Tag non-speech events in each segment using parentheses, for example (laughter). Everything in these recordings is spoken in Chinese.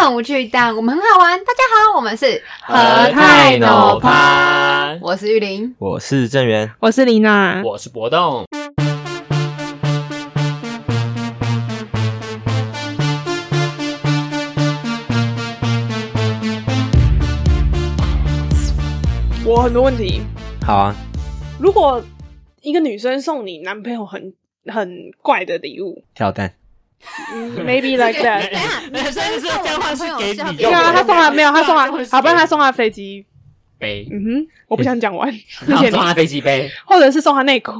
很无趣，但我们很好玩。大家好，我们是和泰脑趴我是玉玲。我是郑源，我是林娜，我是博栋。我很多问题。好啊，如果一个女生送你男朋友很很怪的礼物、跳蛋。嗯、，maybe like 等 that，一下女生送我男朋友是要对对给啊，我他的送了没有？他这送了会，死好，不然他送他飞机。杯，嗯哼，我不想讲完，谢然后谢你送。他飞机杯，或者是送他内裤，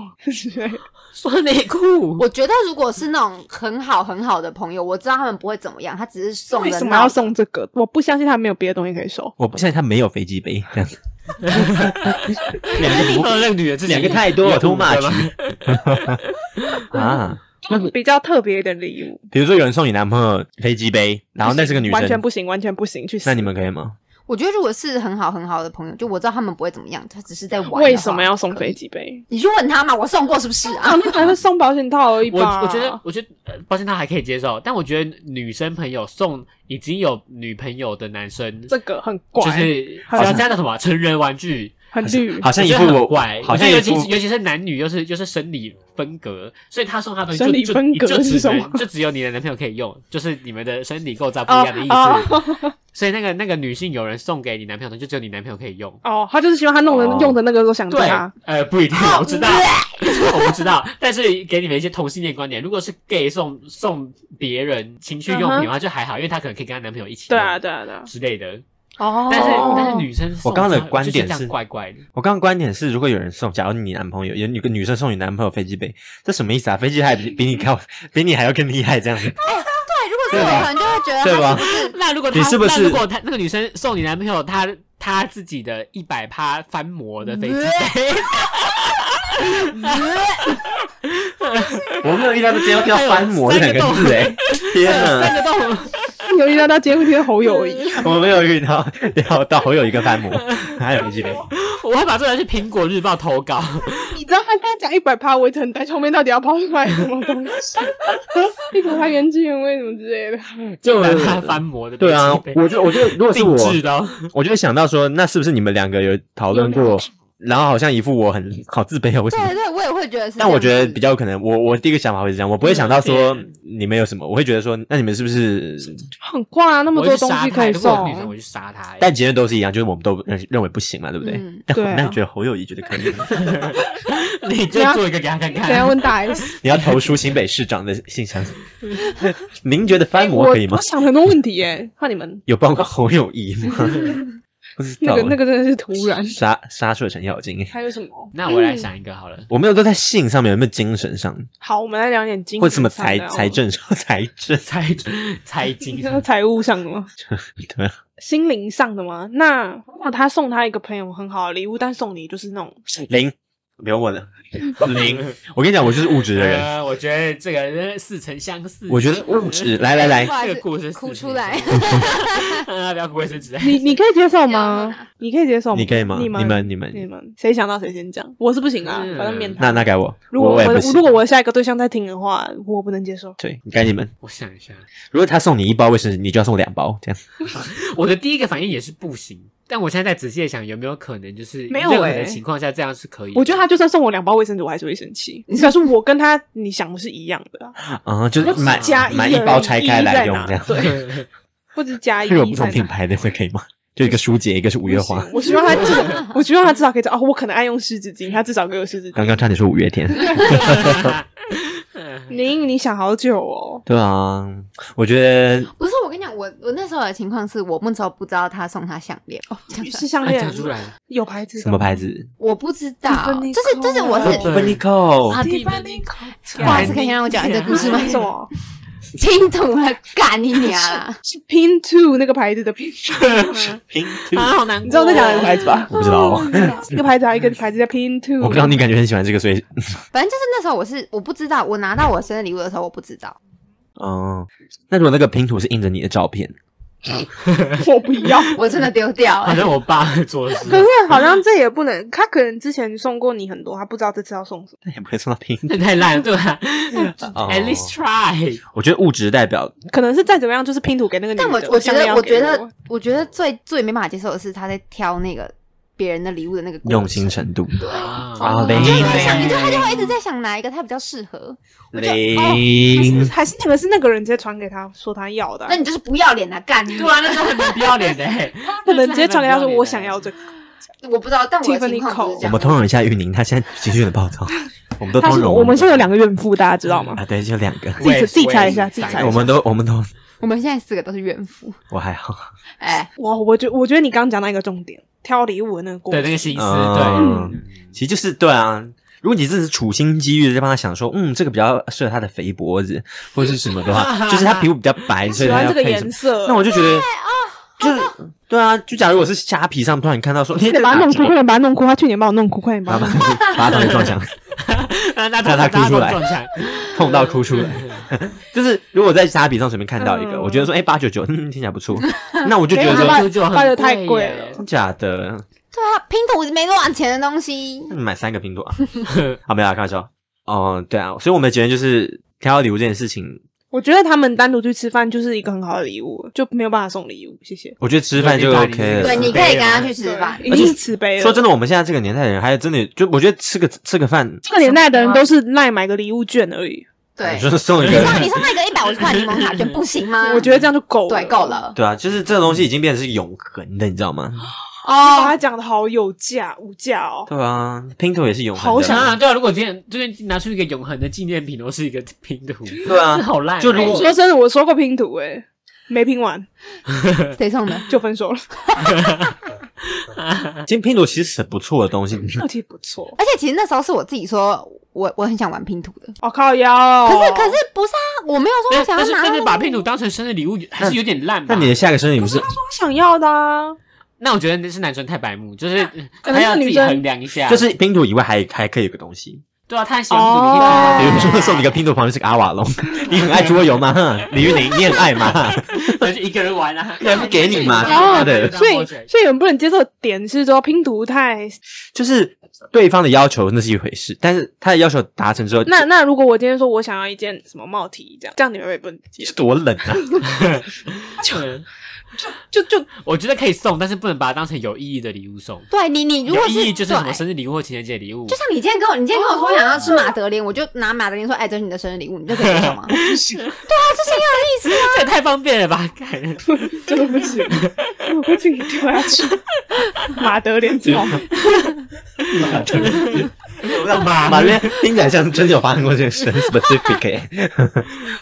穿内裤。我觉得如果是那种很好很好的朋友，我知道他们不会怎么样，他只是送为的什么那要种送这个？我不相信他没有别的东西可以收。我不相信他没有飞机 (laughs) 杯，这样子两个不那个女的自己，两个太多了，too much 吗？啊。比较特别一点的礼物，比如说有人送你男朋友飞机杯，然后那是个女完全生，不行，完全不行，去死那你们可以吗？我觉得如果是很好很好的朋友，就我知道他们不会怎么样，他只是在玩。为什么要送？飞机杯？你去问他嘛，我送过是不是啊啊，？那还会送保险套而已我吧？我觉得，我觉得，呃抱歉，他还可以接受，但我觉得女生朋友送已经有女朋友的男生，这个很怪，就是好好像像这样叫什么成人玩具，很绿。好像一副我觉得很我怪，好像我一觉副得尤其尤其是男女又是又是生理分隔，所以他送他的生理分隔就就是只什么能就只有你的男朋友可以用，就是你们的生理构造不哦一样的意思。哦所以那个那个女性有人送给你男朋友的，就只有你男朋友可以用。哦，他就是希望他弄的哦用的那个都想对他，，呃，不一定，哦我知道，啊我不知道，但是给你们一些同性恋观点，如果是 gay 送送别人情趣用品嗯的哼话，就还好，因为他可能可以跟他男朋友一起对用啊，对啊，对啊。之类的。哦但是哦但是女生送我刚刚的就观就点这样是怪怪的，我刚刚观点是，如果有人送，假如你男朋友有有个女生送你男朋友飞机杯，这什么意思啊？飞机还比比你 (laughs) 高，比你还要更厉害这样子，对，如果是我，对吧可能就会觉得对他是吧不是那如果他你是不是那如果他那个女生送你男朋友，他他自己的一百趴翻模的飞机嗯杯，我没有遇到这接到翻模这两个字哎，天三哪，个洞，有遇到到结婚贴侯友谊，我没有遇到， (laughs) 到到我有一个翻模，还有飞机杯， (laughs) 我会把这拿去苹果日报投稿。 (laughs) (laughs) 你知道他刚刚讲一百趴，我一直很担心后面到底要抛出来什么东 (laughs) 西，一百趴原汁原味什么之类的。就他翻模 (laughs) 的飞机杯，对啊，我觉得我觉得如果是定我，制的哦，我就会想到说，那是不是你们两个有讨论过？然后好像一副我很好自卑哦，为什对么？对，我也会觉得是这样子。但我觉得比较有可能，我我第一个想法会是这样，我不会想到说嗯你们有什么，我会觉得说，那你们是不是？很怪啊，那么我多去东杀西他。可以如果我是女生，送我，去杀他。哎但结论都是一样，就是我们都认认为不行嘛，对不对？嗯但我对啊那觉得侯友谊觉得可以， (laughs) 你就做一个给他看等一下看。问大 S。你要投书新北市长的信箱。您觉得翻我模可以吗哎我？想很多问题耶，怕你们有包括侯友谊吗？不知那道个那个真的是突然。杀杀出了程咬金，还有什么？那我来想一个好了，我没有都在性上面，有没有精神上，好，我们来聊点经济或者什么上的财哦财，政上 (laughs) 财政？猜猜金你，说 (laughs) 财务上的吗？对啊。心灵上的吗？那那他送他一个朋友很好的礼物，但送你就是那种零，不用 (laughs) 问了，零。我跟你讲，我就是物质的哎人，呃，我觉得这个呃似曾相识。我觉得物质。来来来不，好意思这个故事哭出 (laughs) 来。 (laughs) 啊，不要哭卫生纸。你你可以接受要吗吗？你可以接受吗？你可以吗？你你们们你你们，们谁想到谁先讲，我是不行啊，嗯反正免谈。那那该我，如果我我也的不行。如果我的下一个对象在听的话，我不能接受。对，该你们。我想一下，如果他送你一包卫生纸，你就要送两包，这样。我的第一个反应也是不行，但我现在在仔细的想，有没有可能就是没有任何欸的情况下这样是可以的？我觉得他就算送我两包卫生纸，我还是会生气。你想说我跟他你想的是一样的啊，啊，就是买加一买而已一包拆开来一用，这在哪样。 (laughs) 对，或者加一是有不同在哪品牌 (laughs) 的会可以吗？就一个舒洁，一个是五月不花行。我希望他至少，我希望他至少可以找哦，我可能爱用湿纸巾，他至少给我湿纸巾。刚刚差点说五月 (laughs) 天，您你想好久哦，对啊，我觉得不是，我跟你讲，我我那时候的情况是我那时候不知道他送他项链，哦，这样子是项啊链讲出来了，有牌子的什么吗牌子我不知道， Tiffany 就是就是我是 Co 对 n i c o 啊蒂芬 Tiffany 妮不 Co- 好意思，可以让我讲一个啊故 (laughs) 事吗？什么？拼图了，干你娘啊！是 Pin Two 那个牌子的 Pin，拼啊，好难过。你知道我在讲哪 (laughs) 个牌子吧？我不知道， (laughs) 那个牌子还有一个牌子叫 Pin Two，我不知道你感觉很喜欢这个，所以反正就是那时候我是我不知道，我拿到我生日礼物的时候我不知道，嗯，那如果那个拼图是印着你的照片， (laughs) 我不要。我真的丢掉、好欸。像我爸会做事。可是好像这也不能，他可能之前送过你很多，他不知道这次要送什么。那也不会送到拼。 (laughs) 那太烂了，对吧哦？At least try。我觉得物质代表可能是再怎么样，就是拼图给那个女的。但我我觉想那得，样我给觉得，我觉得最最没办法接受的是他在挑那个别人的礼物的那个过用心程。程度。啊啊，你零就会想，你就他就会一直在想哪一个他比较适合。哦还是零，还是那个是那个人直接传给他说他要的啊、那你就是不要脸啊，干你！对啊，那是很不要脸的欸，可能直接 (laughs) 传给他说我想要这个，我不知道，但我的 Tiffany 情况不是这我样。们通融一下玉宁，她现在情绪很暴 (laughs) 躁，我们都他通是融。我们现在有两个怨妇，大家知道吗？啊，对，就两 (laughs) 个。自己自己猜一下喂自己猜哎我们都，我们都，我们现在四个都是怨妇，我还好。哎，哇，我觉我觉得你刚刚讲到一个重点，挑礼物的那个过对程，那个心思，嗯对，其实就是对啊，如果你真的是处心积虑的在帮他想说，嗯，这个比较适合他的肥脖子或者是什么的 (laughs) 话，就是他皮肤比较白，所以喜他欢要这个配什颜么？色。哎哦那我就觉得，就是对啊，就假如我是虾皮上突然看到 (laughs) 说，你哎快点把他弄哭，快点把他弄哭，他去年把我弄哭，快点把把他把弄哭。把他当成撞墙，那啊那让他哭出来撞墙，痛到哭出来。 (laughs) 就是如果在虾皮上随便看到一个，嗯我觉得说，哎，八九九，嗯，听起来不错，那我就觉没有得他说爸这就很爸的太贵贵耶了，真假的，对啊，拼图没多少钱的东西。那你买三个拼多啊？好，没有啊，开玩笑。哦，对啊，所以我们的结论就是挑礼物这件事情，我觉得他们单独去吃饭就是一个很好的礼物，就没有办法送礼物。谢谢，我觉得吃饭就对 OK 了。对，你可以跟他去吃饭。已经是慈悲了。说真的，我们现在这个年代的人，还有真的就我觉得吃个吃个饭，这个年代的人都是赖买个礼物券而已，对，就是送一你上 (laughs) 个，你上那个一百五十块柠檬卡券不行吗？ (laughs) 我觉得这样就够了。嗯对够。了对啊，就是这个东西已经变成是永恒的，你知道吗？把哦。它讲的好有价无价哦。对啊，拼图也是永恒的，好我想要啊，对啊，如果今天最近拿出一个永恒的纪念品，都是一个拼图，对啊 (laughs) 这好烂啊。就如果说真的，我收过拼图诶、没拼完谁送的？就分手了， (laughs) 其实拼图其实是很不错的东西，那题不错。而且其实那时候是我自己说，我我很想玩拼图的。哦靠腰哦、可是可是不是啊？我没有说但我想但要是拿但那是个把拼图当成生日礼物还是有点烂吧。那你的下个生日不是？我想要的啊，那我觉得那是男生太白目，就是可能他要是自女己生衡量一下，就是拼图以外还还可以有个东西，对啊，他很喜欢拼图，你可以帮他 (laughs) 哦比衡如量说送你一个拼图，旁边是个阿瓦隆， (laughs) 你很爱桌游吗？ (laughs) 哼李玉宁，你很爱吗？哼那就一个人玩啊， (laughs) 那不给你 (laughs) 嘛哦妈的所以所以你们不能接受的点是说拼图太就是对方的要求那是一回事，但是他的要求达成之后，那那如果我今天说我想要一件什么帽 T 这样，这样你们会不能接是受？多冷 (laughs) 啊！ (laughs) 嗯就就我觉得可以送，但是不能把它当成有意义的礼物送。对你你如有果意义是就是什么对生日礼物或情人节礼物就，像你今天跟我，你今天跟我说我想要吃马德莲，我就拿马德莲说，哎，这是你的生日礼物，你就可以接受 (laughs) 吗？对啊，就是一样的意思。这也太方便了吧？干 (laughs) 真的不行，我会自己跳下去。马德莲草，马马瑞听起来像真的有发生过这个事，specific 欸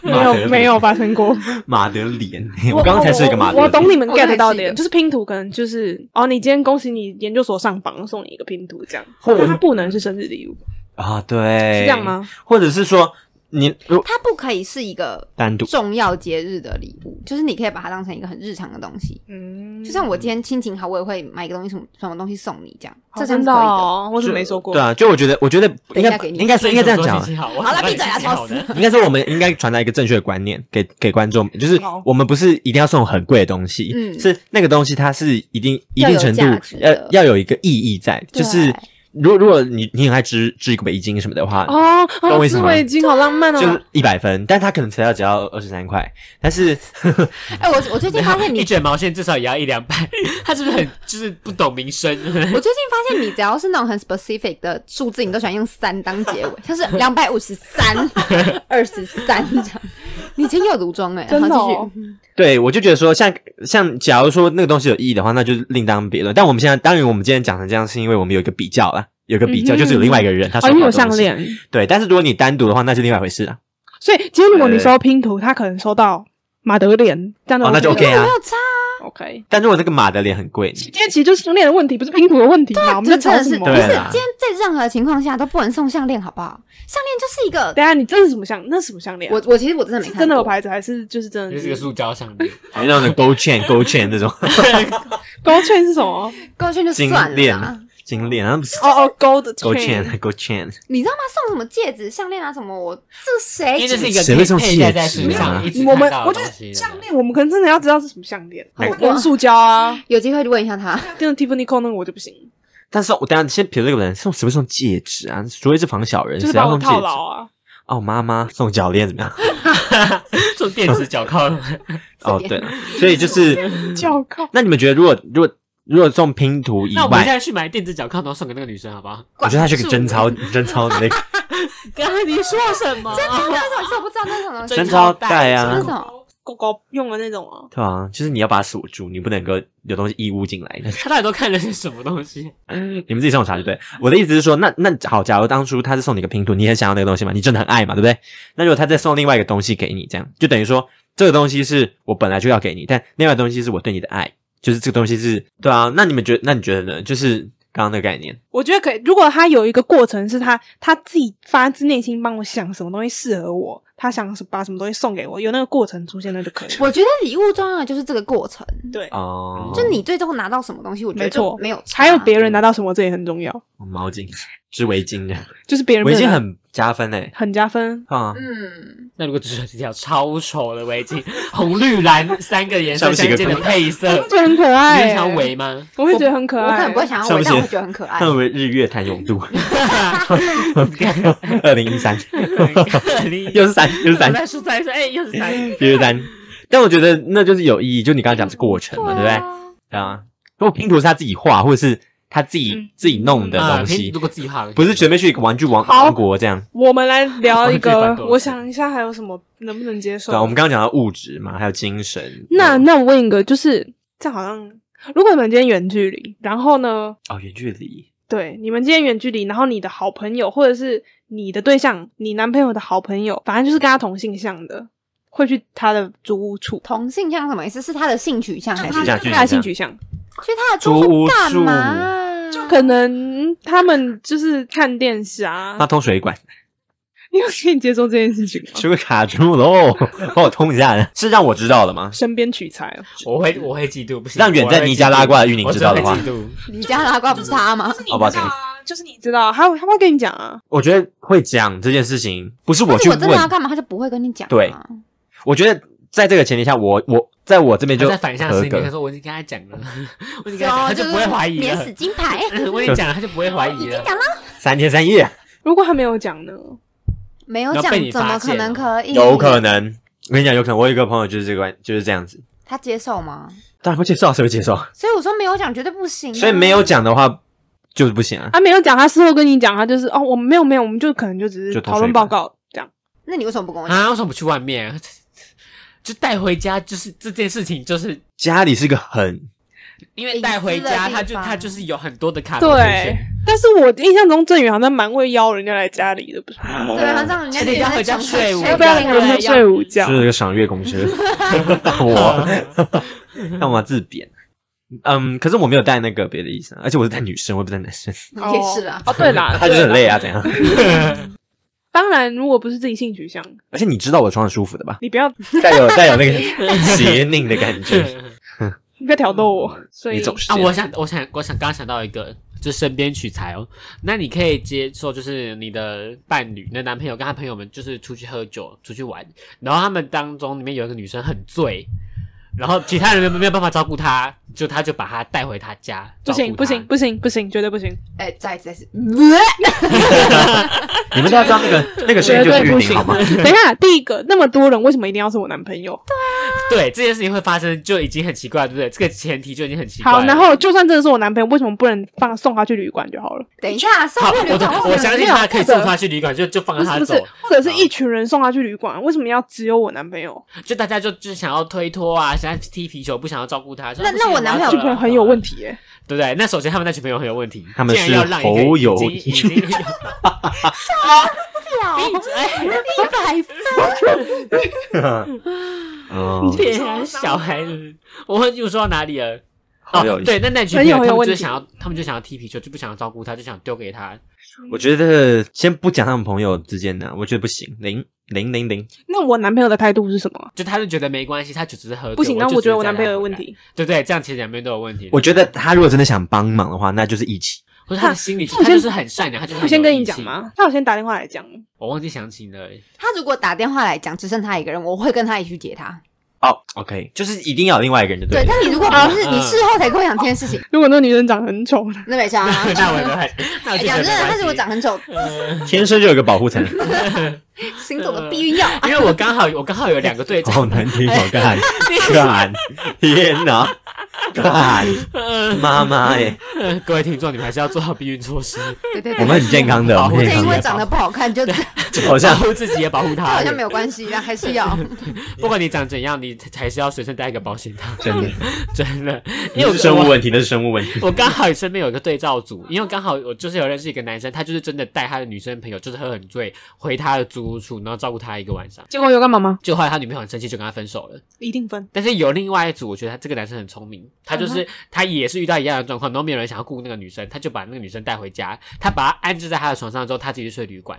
没有 (laughs) 没有发生过。马德莲，我刚刚才是一个马德我莲，我懂你们我刚才 get 到是一点，个就是拼图可能就是哦，你今天恭喜你研究所上榜，送你一个拼图这样，或者它不能是生日礼物，啊，对，是这样？吗？或者是说你如它不可以是一个单独重要节日的礼物，就是你可以把它当成一个很日常的东西。嗯，就像我今天心情好，我也会买一个东西，什么什么东西送你这样，哦这才是真可以的的。哦，我怎就么没说过？对啊，就我觉得，我觉得应等一下该给你应该是应该这样讲所以什么时候，心情好好了闭嘴啊好的吵。应该说我们应该传达一个正确的观念给给观众，就是好我们不是一定要送很贵的东西，嗯是那个东西它是一定一定程度要有价值要的要有一个意义在，对就是如果如果你你很爱织织一个围巾什么的话，哦，懂我哦，意思织吗围巾好浪漫就哦是，一百分，但它可能才要只要二十三块，但是 (laughs) 哎、我我最近发现你 (laughs) 一，卷毛线至少也要一两百， (laughs) 他是不是很就是不懂民生？我最近发现你只要是那种很 specific 的数字，你都喜欢用三当结尾，像是两百五十 (laughs) 三、二十三这样。你情有独钟哎、真的好继续哦。对我就觉得说像像假如说那个东西有意义的话，那就是另当别论。但我们现在当然我们今天讲成这样，是因为我们有一个比较啦，有一个比较、嗯哼就是有另外一个人他哦，送因为你有项链，对。但是如果你单独的话，那是另外一回事了。所以今天如果你收拼图，他可能收到马德莲，这样的哦，那就 OK 啊没。有差， OK。但如果那个马的脸很贵，今天其实就是项链的问题，不是拼图的问题嘛？我们在这啊真吵的什是么啊不？是对今啦天在任何情况下都不能送项链，好不好？项链就是一个，等一下你这是什么项？那是什么项链啊？我我其实我真的没是看过，真的有牌子还是就是真就的是个 (laughs) 塑胶项链，那种勾芡勾芡那种勾芡是什么？勾圈就金算了链啦，金链，然后不是哦哦，gold go chain， chain go chain，你知道吗？送什么戒指、项链啊什么，我这 (laughs) 因谁为这知是一个谁可会以送佩戴戒在指身上啊一直我看们到我的觉东得西的项链，我们可能真的要知道是什么项链，哪个可能塑胶啊，有机会就问一下他。跟 Tiffany Co 那个我就不行，但是我等一下先撇这个人送谁会送戒指啊？除非是防小人，就是谁把要我送戒指？套牢啊。哦，我妈妈送脚链怎么样？这种电子脚铐，哦，随对便了，所以就是，教靠，那你们觉得如果如果如果送拼图以 (laughs) 那我们现外，在去买电子脚铐，然后送给那个女生，好不好？我觉得他是个管贞住操 (laughs) 贞操的那个刚刚你说什么？真的那种是我不知道那种东西贞真操钞带啊那，种狗狗用的那种啊，对啊，就是你要把它锁住，你不能够有东西异物进来。他到底都看了些什么东西？你们自己上网查就对。我的意思是说，那那好，假如当初他是送你一个拼图，你很想要那个东西嘛，你真的很爱嘛，对不对？那如果他再送另外一个东西给你，这样就等于说这个东西是我本来就要给你，但另外一个东西是我对你的爱，就是这个东西是对啊。那你们觉那你觉得呢？就是刚刚那个概念，我觉得可以。如果他有一个过程是他他自己发自内心帮我想什么东西适合我，他想把什么东西送给我，有那个过程出现那就可以了。我觉得礼物重要的就是这个过程，对，哦，就你最终拿到什么东西，我觉得没错就没有差还有别人拿到什么，这也很重要。毛巾、织围巾这样，就是别人围巾不能很加分嘞、很加分，啊，嗯，那如果只是一条超丑的围巾， (laughs) 红绿蓝三个颜上色面相是一间个的配色，我觉得很可你爱、会想欸。围吗？我会觉得很可我爱。可能不会想要上围，面但我写会觉得很可 (laughs) 爱。 (laughs) 他们日月潭永渡，你看二零一三，你 (laughs) 又是三，又是三我，在说在说，哎，又是三，又是三。但我觉得那就是有意义，就你刚刚讲是过程嘛，对不对？啊对啊，如果拼图是他自己画，或者是他自己、嗯自己 (laughs) 弄的啊东平西，如果自己画的，不是准备去一个玩具王好王国这样。我们来聊我一会个觉得，我想一下还有什么能不能接受对啊，我们刚刚讲到物质嘛，还有精神。那嗯那我问一个，就是这样好像，如果你们今天远距离，然后呢，哦，远距离对，你们今天远距离，然后你的好朋友或者是你的对象，你男朋友的好朋友，反正就是跟他同性向的，会去他的租屋处，同性向是什么意思？是他的性取向还性是取向他取他的性向取向，去他的住租宿屋干住嘛？就可能他们就是看电视啊那，通水管你有可以接受这件事情吗？是不是卡住了哦？帮我通一下，是让我知道的吗？身边取材哦，我会我会嫉妒，不行。让远在尼加拉瓜的玉宁我知只会道的话嫉妒你家拉瓜不是他吗？好吧，啊就是你知道，他会他会跟你讲啊，我觉得会讲这件事情，不是那我如去果真的要问。干嘛，他就不会跟你讲啊。对我觉得在这个前提下，我我在我这边他就在反向合心理，他格。说我已经跟他讲了，我已经跟哦，他讲，他就就不会怀疑免了死。哎哦金牌，我已经讲了，他就不会怀已疑经了。讲了，三天三夜如果他没有讲呢，没有然后讲被你怎么发可现能了可以？有可能，我跟你讲，有可能。我有一个朋友就是这个，就是这样子，他接受吗？当然不接受啊，谁会接受啊？所以我说没有讲绝对不行啊。所以没有讲的话就是不行啊。他没有讲，他事后跟你讲，他就是哦，我们没有没有，我们就可能就只就是同讨论学报会告这样。那你为什么不跟我讲？啊，为什么不去外面？ (laughs) 就带回家，就是这件事情，就是家里是个很因为带回隐私的家，地他就方他就是有很多的卡通对，但是我印象中郑宇好像蛮会邀人家来家里的，不是吗？对啊，让人家而觉且得要回家在睡午床上觉，要不要睡让人家对睡午觉哦就是个赏月公 (laughs) 车，我干嘛自贬？嗯，可是我没有带那个别的意思啊，而且我是带女生，我不带男生，你也是啦。哦，对啦，他就是很对累啦。啊，怎样？当然，如果不是自己性取向，而且你知道我穿的舒服的吧？你不要带有带有那 (laughs) 个邪佞的感 (laughs) 觉，你不要挑逗我，所嗯以你总是啊，这我样想，我想，我想，刚刚想到一个，就身边取材哦。那你可以接受，就是你的伴侣、你的男朋友跟他朋友们，就是出去喝酒、出去玩，然后他们当中里面有一个女生很醉，然后其他人没有没有办法照顾她，就他就把她带回他家，不行不行不行不行，绝对不行，哎，再一次再一次，你们大家知道那个那个声音绝就是对玉不宁行。好吗？ (laughs) 等一下，第一个那么多人，为什么一定要是我男朋友？对这件事情会发生就已经很奇怪，对不对？这个前提就已经很奇怪了。好，然后就算真的是我男朋友，为什么不能放送他去旅馆就好了？等一下，上好，面我旅的馆我相信他可以送或他去旅馆，就就放不是他不走是，，或者是一群人送他去旅馆，为什么要只有我男朋友？就大家就就想要推脱啊，想要踢皮球，不想要照顾他。就那不行那我男朋友这这群朋友很有问题，题耶。对不对？那首先他们那群朋友很有问题，他们竟然要是让一个猴友已经已经一百分，嗯， (laughs) 变成小孩子。我又说到哪里了？好有意哦，思。对，那那群朋友朋他友很有们问就题是想要，他们就想要踢皮球，就不想要照顾他，就想丢给他。我觉得先不讲他们朋友之间的，我觉得不行，零零零零，那我男朋友的态度是什么？就他就觉得没关系，他就只是喝醉。不行，那就我只是觉得我再男朋友拉有回问来，题。对不对？这样其实两边都有问题。我觉得他如果真的想帮忙的话，那就是一起。或者他的心理，他 (laughs) 我先就是很善啊良，他就是我很先有跟义你讲气？吗？他有先打电话来讲，我忘记详情了欸， (laughs) 他如果打电话来讲，只剩他一个人，我会跟他一起去接他。哦，OK，就是一定要有另外一个人就对，了但你如果不是嗯你事后才跟我讲这件事情，如果那女生长得很丑，那没啥、啊。 (laughs) 那我也没关系，那我哎就讲觉真的，得没关他系嗯如果 (laughs) 长很丑，呃天生就有个保护层，行走的避孕药。因为我刚好我刚好有两 (laughs) 个对好照，哦难听，好干干，天哪，干妈妈耶，呃 (laughs) 各位听众，你们还是要做好避孕措施，对对对，我们很健康的，我保护们不很是健因为康长得不好看就 (laughs) 这的，好保 (laughs) 像护自己也保护他好像人。没有关系啊，还是要。不管你长怎样，你还是要随身带一个保险套，真的，真的。那因为我是生物我问题，那是生物问题。我刚好身边有一个对照组，因为刚好我就是有认识一个男生，他就是真的带他的女生朋友，就是喝很醉，回他的租屋处，然后照顾他一个晚上。结果有干嘛吗？就后来他女朋友很生气，就跟他分手了。一定分。但是有另外一组，我觉得他这个男生很聪明，他就是、他也是遇到一样的状况，然后没有人想要雇那个女生，他就把那个女生带回家，他把她安置在他的床上之后，他自己去睡旅馆。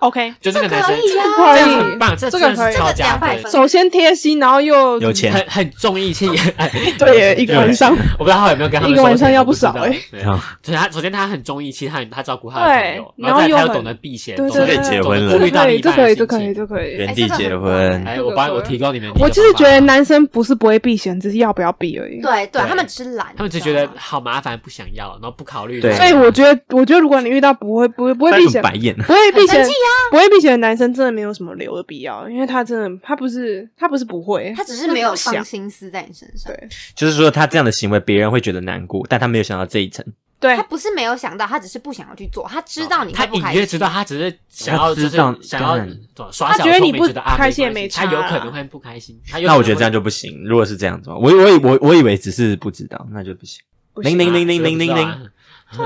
OK， (laughs) 就这个男这生，可以啊这样很棒，这这真的个可以是超加这个200分分，首先贴心，然后又有钱很很重 (laughs) 义气。哎对一个晚上， (laughs) 我不知道他有没有跟他们一个晚上收钱要不少哎我知道对嗯所以他首先他很重义气，他很他照顾他的朋友，对然后再来他然后又又很懂得避嫌，对懂对得对对懂得结婚了顾虑这到可另以，一半这的可以，这心可以，情这可以。原地结婚，哎，我帮我提供你们几个方法，我就是觉得男生不是不会避嫌，只是要不要避而已。对对，对他们只是懒，他们只觉得好麻烦，不想要，然后不考虑。对所以我觉得，我觉得如果你遇到不会、不会、不会翻避什嫌么、白眼？不会避很生嫌气、啊，不会避嫌的男生，真的没有什么留的必要，因为他真的，他不是，他不是不会，他只是没有他不放想。心思在你身上。对就是说他这样的行为，别人会觉得难过，但他没有想到这一层。对他，不是没有想到，他只是不想要去做，他知道你他会不隐开约心。知道，他只是想要就是他知道想要当然怎么耍小他觉得聪你明不觉得啊开心也没关系没差他有啦可能会不开心。他有那我可能觉得会啊这样就不行。如果是这样子的话，我以我以我我以为只是不知道，那就不行。不零行零啊零零谁零不知零道零，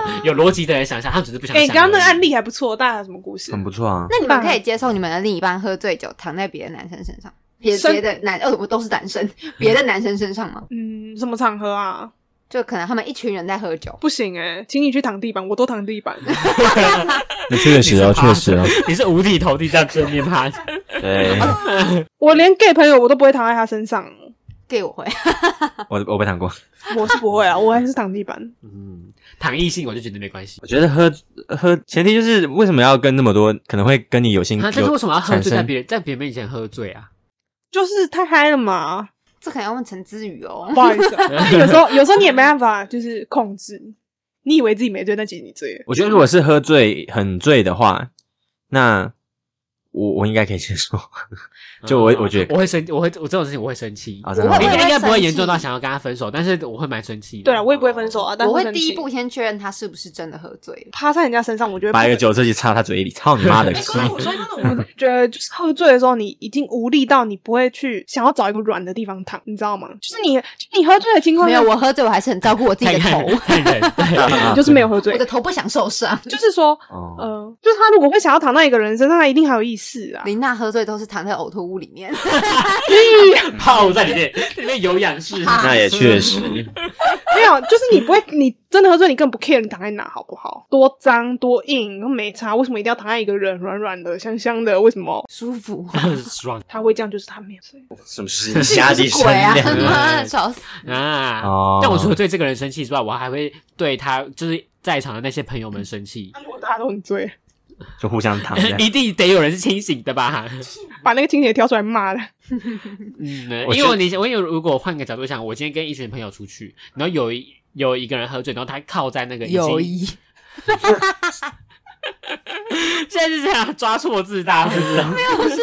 啊有逻辑的人想想，他只是不想哎，想。你刚刚那个案，例还不错，大家有什么故事？很不错啊。那你们可以接受你们的另一半喝醉酒躺在别的男生身上，别生别的男呃，我都是男生， (laughs) 别的男生身上吗？嗯，什么场合啊？就可能他们一群人在喝酒，不行哎，请你去躺地板，我都躺地板。 (laughs) 那确实嗯哦，你是趴确实哦， (laughs) (laughs) 你是五体投地这样正面趴，对， (laughs) 我连 gay 朋友我都不会躺在他身上，给我回。 (laughs) 我我被谈过。我是不会啊，我还是躺地板。嗯，躺异性我就觉得没关系。我觉得喝喝前提就是为什么要跟那么多可能会跟嗯你有兴啊，趣但是为什么要喝产醉在生别人在别人面前喝醉啊？就是太嗨了嘛，这可能要问陈之宇哦不。好意思、啊，有时候有时候你也没办法，就是控制。你以为自己没醉，但其实你醉了。我觉得如果是喝醉很醉的话，那我我应该可以接受。就我嗯我觉得我会生，我会我这种事情我会生气。啊，我真的会吗应我该应该不生会气严重到想要跟他分手，但是我会蛮生气的。哦对啊，我也不会分手啊，但我会生气第一步先确认他是不是真的喝醉了。趴在人家身上，我觉得把一个酒自己插他嘴里，操你妈 (laughs) 的！说真的，我觉得就是喝醉的时候，你已经无力到你不会去想要找一个软的地方躺，你知道吗？就是你，就是你喝醉的情况没下，有，我喝醉我还是很照顾我自己看的看头，看人， (laughs) 对啊就是没有喝醉我的，头不想受伤。就是说，哦，呃，就是他如果会想要躺到一个人身上，他一定还有意识啊。林娜喝醉都是躺在呕吐物里面， (laughs) (laughs) 泡在里面， (laughs) 里面有氧室。啊那也确实。没有，就是你不会， (laughs) 你真的喝醉，你更不 care 你躺在哪，好不好？多脏多硬都没差，为什么一定要躺在一个人软软的、香香的？为什么舒服。 (laughs) 很 (laughs) 爽他会这样？就是他没有睡。什么事情？下地鬼啊！妈量的， (laughs) 笑死！啊！哦但我除了对这个人生气之外，我还会对他就是在场的那些朋友们生气。他如果大家都很醉，啊就互相躺这样。 (laughs) 一定得有人是清醒的吧？把那个清姐挑出来骂的，嗯，我因觉得为我你我有如果换个角度想，我今天跟一群朋友出去，然后有一有一个人喝醉，然后他靠在那个已经友，谊，现在是这样抓错字大是不是？不 (laughs) 是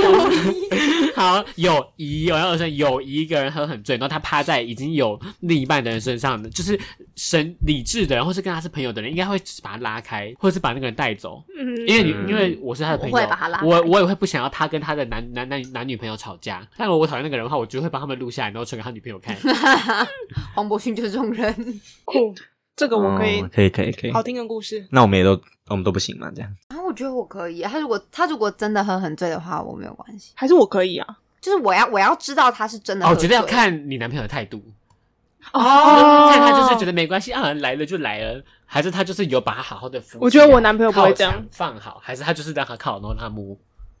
友谊。好，友谊，我要说友谊，一个人喝很醉，然后他趴在已经有另一半的人身上，就是神理智的人，或是跟他是朋友的人，应该会把他拉开，或是把那个人带走。嗯，因为你、嗯因为我是他的朋友，我会把他拉我开我也会不想要他跟他的男男男男女朋友吵架。但如果我讨厌那个人的话，我就会帮他们录下来，然后传给他女朋友看。 (laughs) 黄伯勋就是这种人。酷，这个我可以哦，可以，可以，可以好。听的故事。那我们也都，我们都不行嘛？这样然后我觉得我可以，他如果他如果真的喝很醉的话，我没有关系。还是我可以啊！就是我要我要知道他是真的哦，喝我醉。觉得要看你男朋友的态度，哦看他就是觉得没关系啊，来了就来了，还是他就是有把他好好的扶起来。我觉得我男朋友不会这样靠墙放好，还是他就是让他靠，然后让他摸。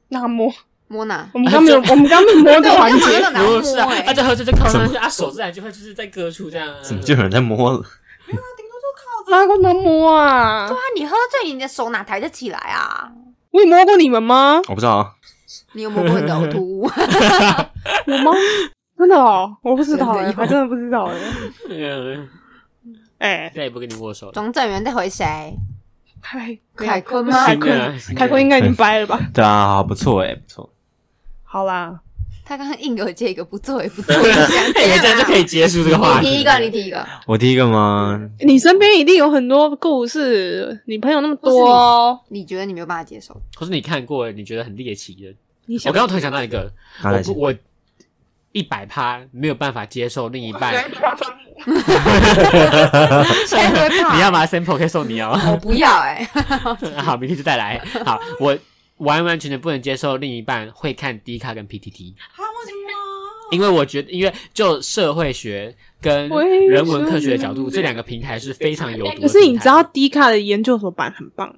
那摸，摸哪？我们刚没有，我们刚没有摸这个环对我刚节刚。拿摸不是啊欸，他就喝醉就靠怎上么去，啊手自然就会就是在各处这样啊。怎么就有人在摸了？顶多就靠哪有那么摸啊？啊，你喝醉，你的手哪抬得起来啊？我有摸过你们吗？我不知道啊，你有摸过你的呕吐物？ (laughs) 我吗？真的哦，我不知道真哎、的有我还真的不知道哎、哎、再也不跟你握 (laughs) 手了。总整员在回谁？凯凯坤吗凯新的啊坤，新的凯坤应 (laughs) 该已经掰了吧？对啊，好不错哎，不错。好啦，他刚刚硬给我接一个不做也不 (laughs) 做，你想哎，这样就可以结束这个话啊你题。提一个，你提一个。我第一个吗？你身边一定有很多故事，你朋友那么多哦，你觉得你没有办法接受？或是你看过你觉得很猎奇的？你我想刚刚突然想到一个，拿来我不我一百趴没有办法接受另一半，现在都会怕。 (laughs) 你要吗？Sample 可以送你哦。我不要哎、 (laughs) 好，明天就再来。好，我完完全全不能接受另一半会看 D 卡跟 PTT，啊，为什么？因为我觉得，因为就社会学跟我也人文科学的觉得角度，这两个平台是非常有毒的平台。哎可是你知道迪卡的研究所版很棒，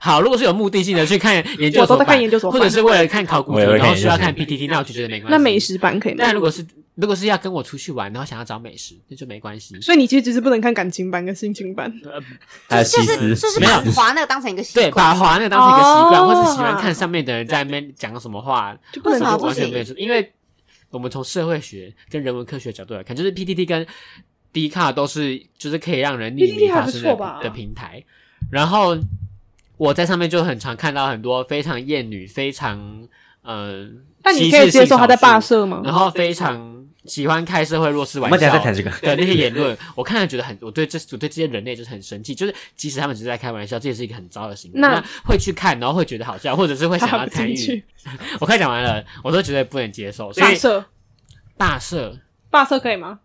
好，如果是有目的性的去看研究所版，我都在看研究所或版者是为了看考古我题，也会看然后需要看研 PTT，那我就觉得没关系。那美，食版可以吗？但如果是如果是要跟我出去玩，然后想要找美食，那就没关系。所以你其实只是不能看感情版跟心情版。呃还有就西是施，就是没把有滑那个当成一个习对，惯，把滑那个当成一个习惯，哦或是喜欢看上面的人在那边讲什么话，就不为能什么我不完全没有行？说，因为我们从社会学跟人文科学角度来看，就是 PTT 跟 D 卡都是就是可以让人匿 PTT 名还发不声的错吧的平台，然后我在上面就很常看到很多非常厌女、非常呃，但你歧可以视接性受他少在数霸社吗？然后非常喜欢开社会弱势我玩们等一下再笑谈这个。的那些言论，我看了觉得很，我对这我对这些人类就是很生气，就是即使他们只是在开玩笑，这也是一个很糟的行为。那那会去看，然后会觉得好笑，或者是会他想还要不参进与去。。我快讲完了，我都觉得不能接受，所霸以社，大社。霸社可以吗？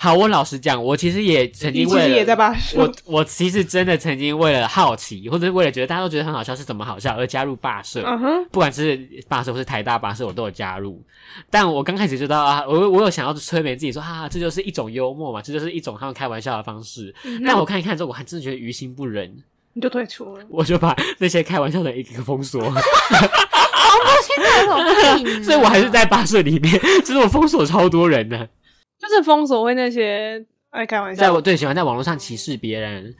好，我老实讲，我其实也曾你经其实为也在了霸社。我，我其实真的曾经为了好奇，或者是为了觉得大家都觉得很好笑是怎么好笑而加入霸社。嗯哼，不管是霸社或是台大霸社，我都有加入。但我刚开始就知道啊，我我有想要催眠自己说啊，这就是一种幽默嘛，这就是一种他们开玩笑的方式。但我看一看之后，我还真的觉得于心不忍，你就退出了。我就把那些开玩笑的一个一个封锁。哦现在有嗯病啊 (laughs) 所以我还是在霸社里面， (laughs) 就是我封锁超多人呢。就是封锁会那些爱开玩在笑我的，最喜欢在网络上歧视别人，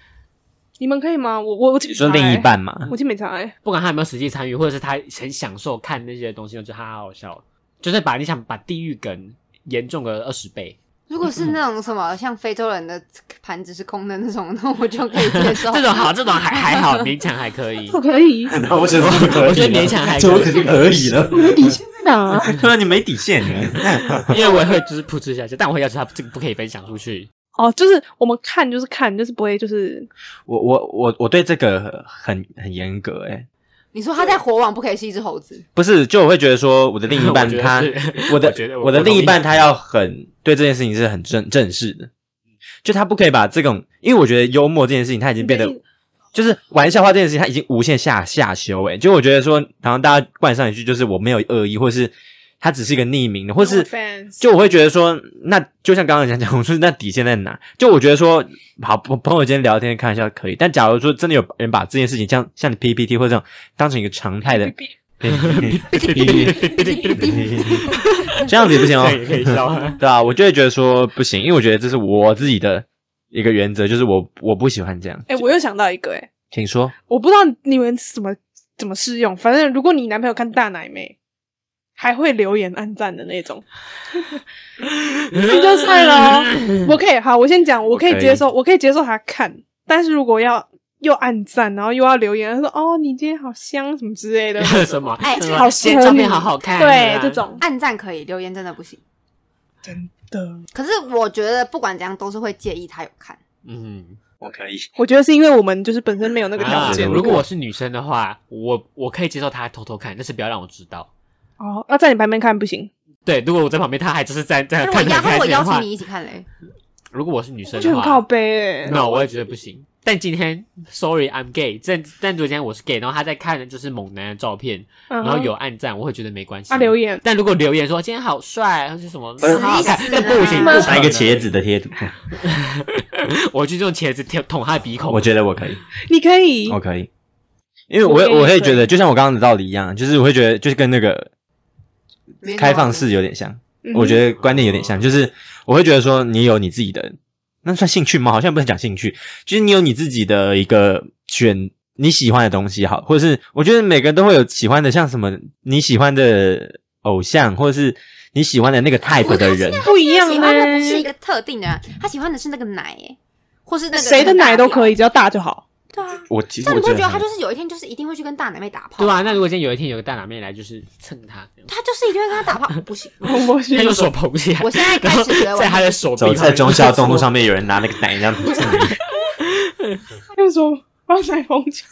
你们可以吗？我我我欸说另一，半嘛，我其实没差哎。不管他有没有实际参与，或者是他很享受看那些东西，我觉得哈哈好笑，哦就是把你想把地狱梗严重个二十倍。如果是那种什么像非洲人的盘子是空的那种，那我就可以接受。 (laughs) 这种好，这种还还好，勉强还 (laughs) 可以。不可以， (laughs) (laughs) 那我觉得不可以了，啊我觉得勉强还可以这我肯定可以了。底线在哪？ (laughs) 对啊，你没底线，你因为我也会就是噗嗤一下下，但我会要求他这个不可以分享出去。哦，就是我们看就是看，就是不会就是我我我我对这个很很严格哎、你说他在火网不可以是一只猴 (laughs) 子，不是，就我会觉得说我的另一半我觉得他， (laughs) 是我的我觉得我我的我同另意一半他要很对这件事情是很正正式的，就他不可以把这种，因为我觉得幽默这件事情他已经变得你的意。就是玩笑话这件事情，他已经无限下下修哎、就我觉得说，好像大家冠上一句就是我没有恶意，或是他只是一个匿名的，或是 No offense 就我会觉得说，那就像刚刚讲讲，我说那底线在哪？就我觉得说，好朋朋友间聊天开玩笑可以，但假如说真的有人把这件事情像像 PPT 或者这种当成一个常态 (laughs) 的，这样子也不行哦这，样也可以笑啊。 (laughs) 对啊，我就会觉得说不行，因为我觉得这是我自己的一个原则，就是我我不喜欢这样。哎，我又想到一个哎，请说，我不知道你们怎么怎么适用，反正如果你男朋友看大奶妹，还会留言暗赞的 (laughs) 那种，嗯那就算了哦。我可以，好，我先讲，我可以接受，我可以接受他看，但是如果要又暗赞，然后又要留言，他说哦，你今天好香什么之类 (laughs) 的，什么？哎什么好今天照片好好看。啊对，这种暗赞可以，留言真的不行。真的，可是我觉得不管怎样都是会介意他有看。嗯，我可以。我觉得是因为我们就是本身没有那个条啊件。如果我是女生的话，我我可以接受他偷偷看，但是不要让我知道。哦，要在你旁边看不行，对，如果我在旁边，他还就是在在那我看得邀，很那开我心邀的请话，你一起看 (laughs) 嘞。如果我是女我生觉的得很话，靠背欸。那我也觉得不行。但今天，sorry，I'm gay 但。但但如果今天我是 gay，然后他在看就是猛男的照片，嗯然然后有暗赞，我会觉得没关系。啊嗯留言，但如果留言说今天好帅，或是什么呃好好看嗯死，嗯那啦不行，妈不可拿一个能茄，子的贴图，我就用茄子捅捅他的鼻孔。我觉得我可以，你可以我可以，因为我觉得我我你会可觉以得，就像我刚刚的道理一样，就是我会觉得，就是跟那个开放式有点像，我觉得嗯嗯得观念有点像，就是我会觉得说，你有你自己的，那算兴趣吗？好像不能讲兴趣，就是你有你自己的一个选你喜欢的东西，好，或者是我觉得每个人都会有喜欢的，像什么你喜欢的偶像，或者是你喜欢的那个哎 type 的人，不一样喜呢欢的不是一个特定的人，他喜欢的是那个奶、欸，或是那个谁的奶都可以。以，只要大 (laughs) 就好。对啊， (laughs) 我其实但我你不觉会觉得得他很就是有一天就是一定会去跟大奶妹打炮？对啊吧、那如果今天有一天有个大奶妹来，就是蹭他，他就是一定会跟他打炮，不行。我我他用手捧起来，我现 (laughs) 在然开后始觉得我 (laughs) 在他的手臂走旁在边忠孝东路上面，有人拿那个 (laughs) 奶这样子蹭你，就说旺仔红酒，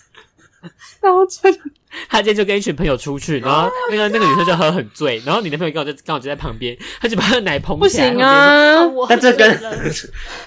然后这 (laughs) 他今天就跟一群朋友出去，然哦后那个那个女生就喝很醉，然后你男朋友刚好就刚好就在旁边，他就把他的奶捧不起来，行然后边说！啊！我但 (laughs) 这跟